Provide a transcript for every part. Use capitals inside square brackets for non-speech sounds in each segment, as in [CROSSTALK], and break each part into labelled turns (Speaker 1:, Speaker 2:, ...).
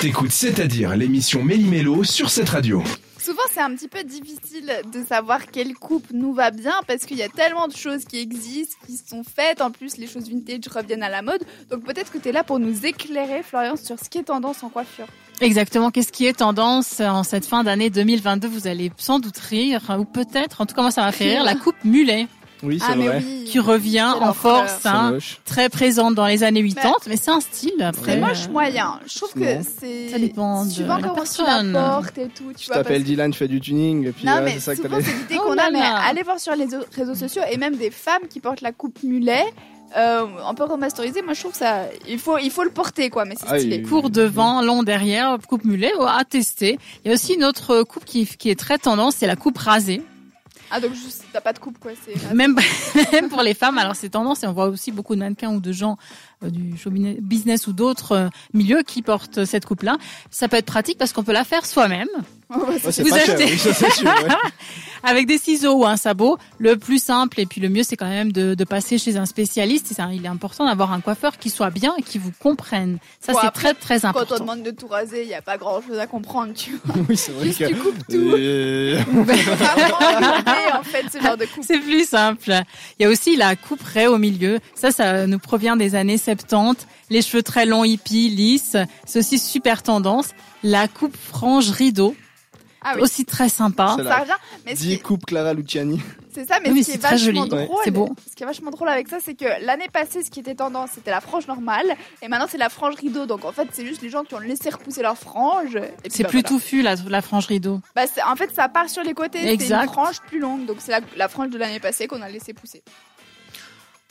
Speaker 1: T'écoutes C'est-à-dire l'émission Méli-Mélo sur cette radio.
Speaker 2: Souvent, c'est un petit peu difficile de savoir quelle coupe nous va bien parce qu'il y a tellement de choses qui existent, qui sont faites. En plus, les choses vintage reviennent à la mode. Donc peut-être que tu es là pour nous éclairer, Florian, sur ce qui est tendance en coiffure.
Speaker 3: Exactement. Qu'est-ce qui est tendance euh, en cette fin d'année 2022 Vous allez sans doute rire, ou peut-être, en tout cas, moi, ça m'a fait rire, la coupe mulet.
Speaker 4: Oui, c'est
Speaker 2: Ah, mais
Speaker 4: vrai.
Speaker 2: oui.
Speaker 3: qui revient
Speaker 2: Quelle
Speaker 3: en
Speaker 2: horreur.
Speaker 3: force,
Speaker 4: C'est
Speaker 3: hein,
Speaker 4: moche.
Speaker 3: très présente dans les années 80, mais c'est un style après.
Speaker 2: Bah, C'est moche
Speaker 3: euh,
Speaker 2: moyen. Je trouve que
Speaker 4: Non.
Speaker 2: c'est.
Speaker 3: Ça dépend de
Speaker 2: Suivant
Speaker 3: la
Speaker 2: comment tu
Speaker 3: personne.
Speaker 2: la portes et tout. Tu
Speaker 4: Tu
Speaker 2: vois, Bah, parce
Speaker 4: t'appelles Dylan, tu fais du tuning, et puis
Speaker 2: Non,
Speaker 4: ouais,
Speaker 2: mais
Speaker 4: c'est ça que
Speaker 2: souvent,
Speaker 4: t'allais.
Speaker 2: c'est l'idée
Speaker 3: Oh
Speaker 2: qu'on
Speaker 3: là
Speaker 2: a, mais
Speaker 3: là.
Speaker 2: allez voir sur les o- réseaux sociaux et même des femmes qui portent la coupe mulet, euh, un peu remasterisée. Moi, je trouve ça. Il faut, il faut le porter, quoi, mais c'est
Speaker 4: Ah,
Speaker 2: stylé.
Speaker 4: il-
Speaker 3: Court devant, long derrière, coupe mulet, ouais, à tester. Il y a aussi une autre euh, coupe qui, qui est très tendance, c'est la coupe rasée.
Speaker 2: Ah, donc, juste, t'as pas de coupe, quoi.
Speaker 4: Ah,
Speaker 2: C'est...
Speaker 3: Même, [LAUGHS] même pour les femmes, alors c'est tendance et on voit aussi beaucoup de mannequins ou de gens euh, du show bine- business ou d'autres euh, milieux qui portent cette coupe-là. Ça peut être pratique parce qu'on peut la faire soi-même.
Speaker 4: Ouais, c'est
Speaker 3: Vous
Speaker 4: pas cher,
Speaker 3: achetez.
Speaker 4: oui, ça, c'est sûr. ouais.
Speaker 2: [LAUGHS]
Speaker 3: avec des ciseaux ou un sabot. Le plus simple et puis le mieux, c'est quand même de, de passer chez un spécialiste. Et ça, il est important d'avoir un coiffeur qui soit bien et qui vous comprenne. Ça,
Speaker 2: Bon,
Speaker 3: c'est
Speaker 2: après,
Speaker 3: très très
Speaker 2: Quand on
Speaker 3: important.
Speaker 2: demande de tout raser, il n'y a pas grand chose à comprendre, tu vois.
Speaker 4: Oui, c'est vrai
Speaker 2: Juste,
Speaker 4: que.
Speaker 2: tu coupes tout.
Speaker 4: Euh,
Speaker 2: Enfin, vraiment, limité, en fait, ce genre de coupe.
Speaker 3: [LAUGHS] C'est plus simple. Il y a aussi la coupe raie au milieu. Ça, ça nous provient des années 70. Les cheveux très longs, hippies, lisses. C'est aussi super tendance. La coupe frange rideau.
Speaker 2: Ah oui.
Speaker 3: Aussi très sympa.
Speaker 4: C'est
Speaker 2: Ça
Speaker 4: la-
Speaker 2: revient, mais ce qui-
Speaker 4: 10 coupes Clara Luciani.
Speaker 2: c'est ça, mais
Speaker 3: Oui, mais
Speaker 2: ce qui est
Speaker 3: c'est très
Speaker 2: vachement
Speaker 3: joli.
Speaker 2: drôle,
Speaker 4: Ouais.
Speaker 3: C'est beau.
Speaker 2: ce qui est vachement drôle avec ça, c'est que l'année passée, ce qui était tendance, c'était la frange normale, et maintenant c'est la frange rideau. Donc en fait, c'est juste les gens qui ont laissé repousser leur frange. et puis,
Speaker 3: C'est
Speaker 2: bah,
Speaker 3: plus
Speaker 2: voilà.
Speaker 3: touffu, la, la frange rideau.
Speaker 2: Bah, c'est- en fait, ça part sur les côtés. C'est une
Speaker 3: Exact.
Speaker 2: frange plus longue. Donc, c'est la, la frange de l'année passée qu'on a laissé pousser.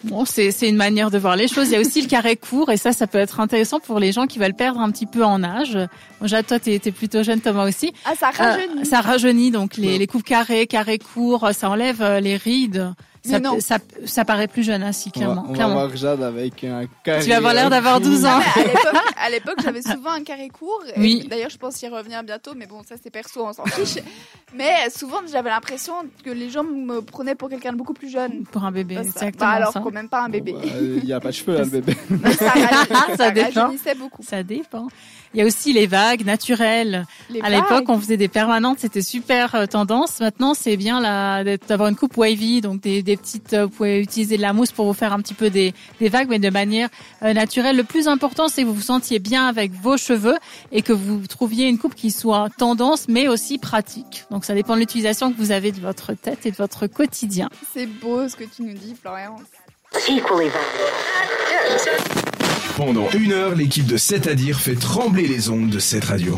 Speaker 3: Bon, c'est c'est une manière de voir les choses. Il y a aussi le carré court, et ça, ça peut être intéressant pour les gens qui veulent perdre un petit peu en âge. Bon, Jade, toi, t'es t'es plutôt jeune, Thomas aussi.
Speaker 2: Ah, ça
Speaker 3: Euh,
Speaker 2: rajeunit.
Speaker 3: ça rajeunit, donc les,
Speaker 4: Ouais.
Speaker 3: les coupes carrées, carrés courts, ça enlève euh, les rides. Ça,
Speaker 2: Mais non.
Speaker 3: ça, ça paraît plus jeune, ainsi,
Speaker 4: On va,
Speaker 3: clairement.
Speaker 4: on va
Speaker 3: clairement.
Speaker 4: voir euh, Jade avec un carré.
Speaker 3: Tu vas avoir l'air d'avoir
Speaker 4: [LAUGHS]
Speaker 3: 12 ans.
Speaker 2: Ah,
Speaker 3: [LAUGHS]
Speaker 2: mais à l'époque- à l'époque, j'avais souvent un carré court. Et
Speaker 3: Oui.
Speaker 2: D'ailleurs, je pense y revenir bientôt, mais bon, ça c'est perso, on s'en fiche. mais souvent, j'avais l'impression que les gens me prenaient pour quelqu'un de beaucoup plus jeune.
Speaker 3: Pour un bébé,
Speaker 2: Bah, ça-
Speaker 3: exactement
Speaker 2: bah, alors
Speaker 3: ça.
Speaker 2: quand même pas un bébé.
Speaker 3: [LAUGHS]
Speaker 4: Bon, bah, Il n'y a pas de cheveux là, le bébé.
Speaker 2: Mais ça rajeunit- ça
Speaker 3: dépend.
Speaker 2: rajeunissait beaucoup.
Speaker 3: Ça dépend. Il y a aussi les vagues naturelles.
Speaker 2: Les
Speaker 3: à
Speaker 2: vagues.
Speaker 3: l'époque, on faisait des permanentes, c'était super euh, tendance. Maintenant, c'est bien la- d'être- d'avoir une coupe wavy, donc des, des petites. euh, Vous pouvez utiliser de la mousse pour vous faire un petit peu des, des vagues, mais de manière euh, naturelle. Le plus important, c'est que vous vous sentiez bien avec vos cheveux et que vous trouviez une coupe qui soit tendance, mais aussi pratique. Donc, ça dépend de l'utilisation que vous avez de votre tête et de votre quotidien.
Speaker 2: C'est beau ce que tu nous dis, Florian.
Speaker 5: equally valid.
Speaker 1: Pendant une heure, l'équipe de C'est-à-dire fait trembler les ondes de cette radio.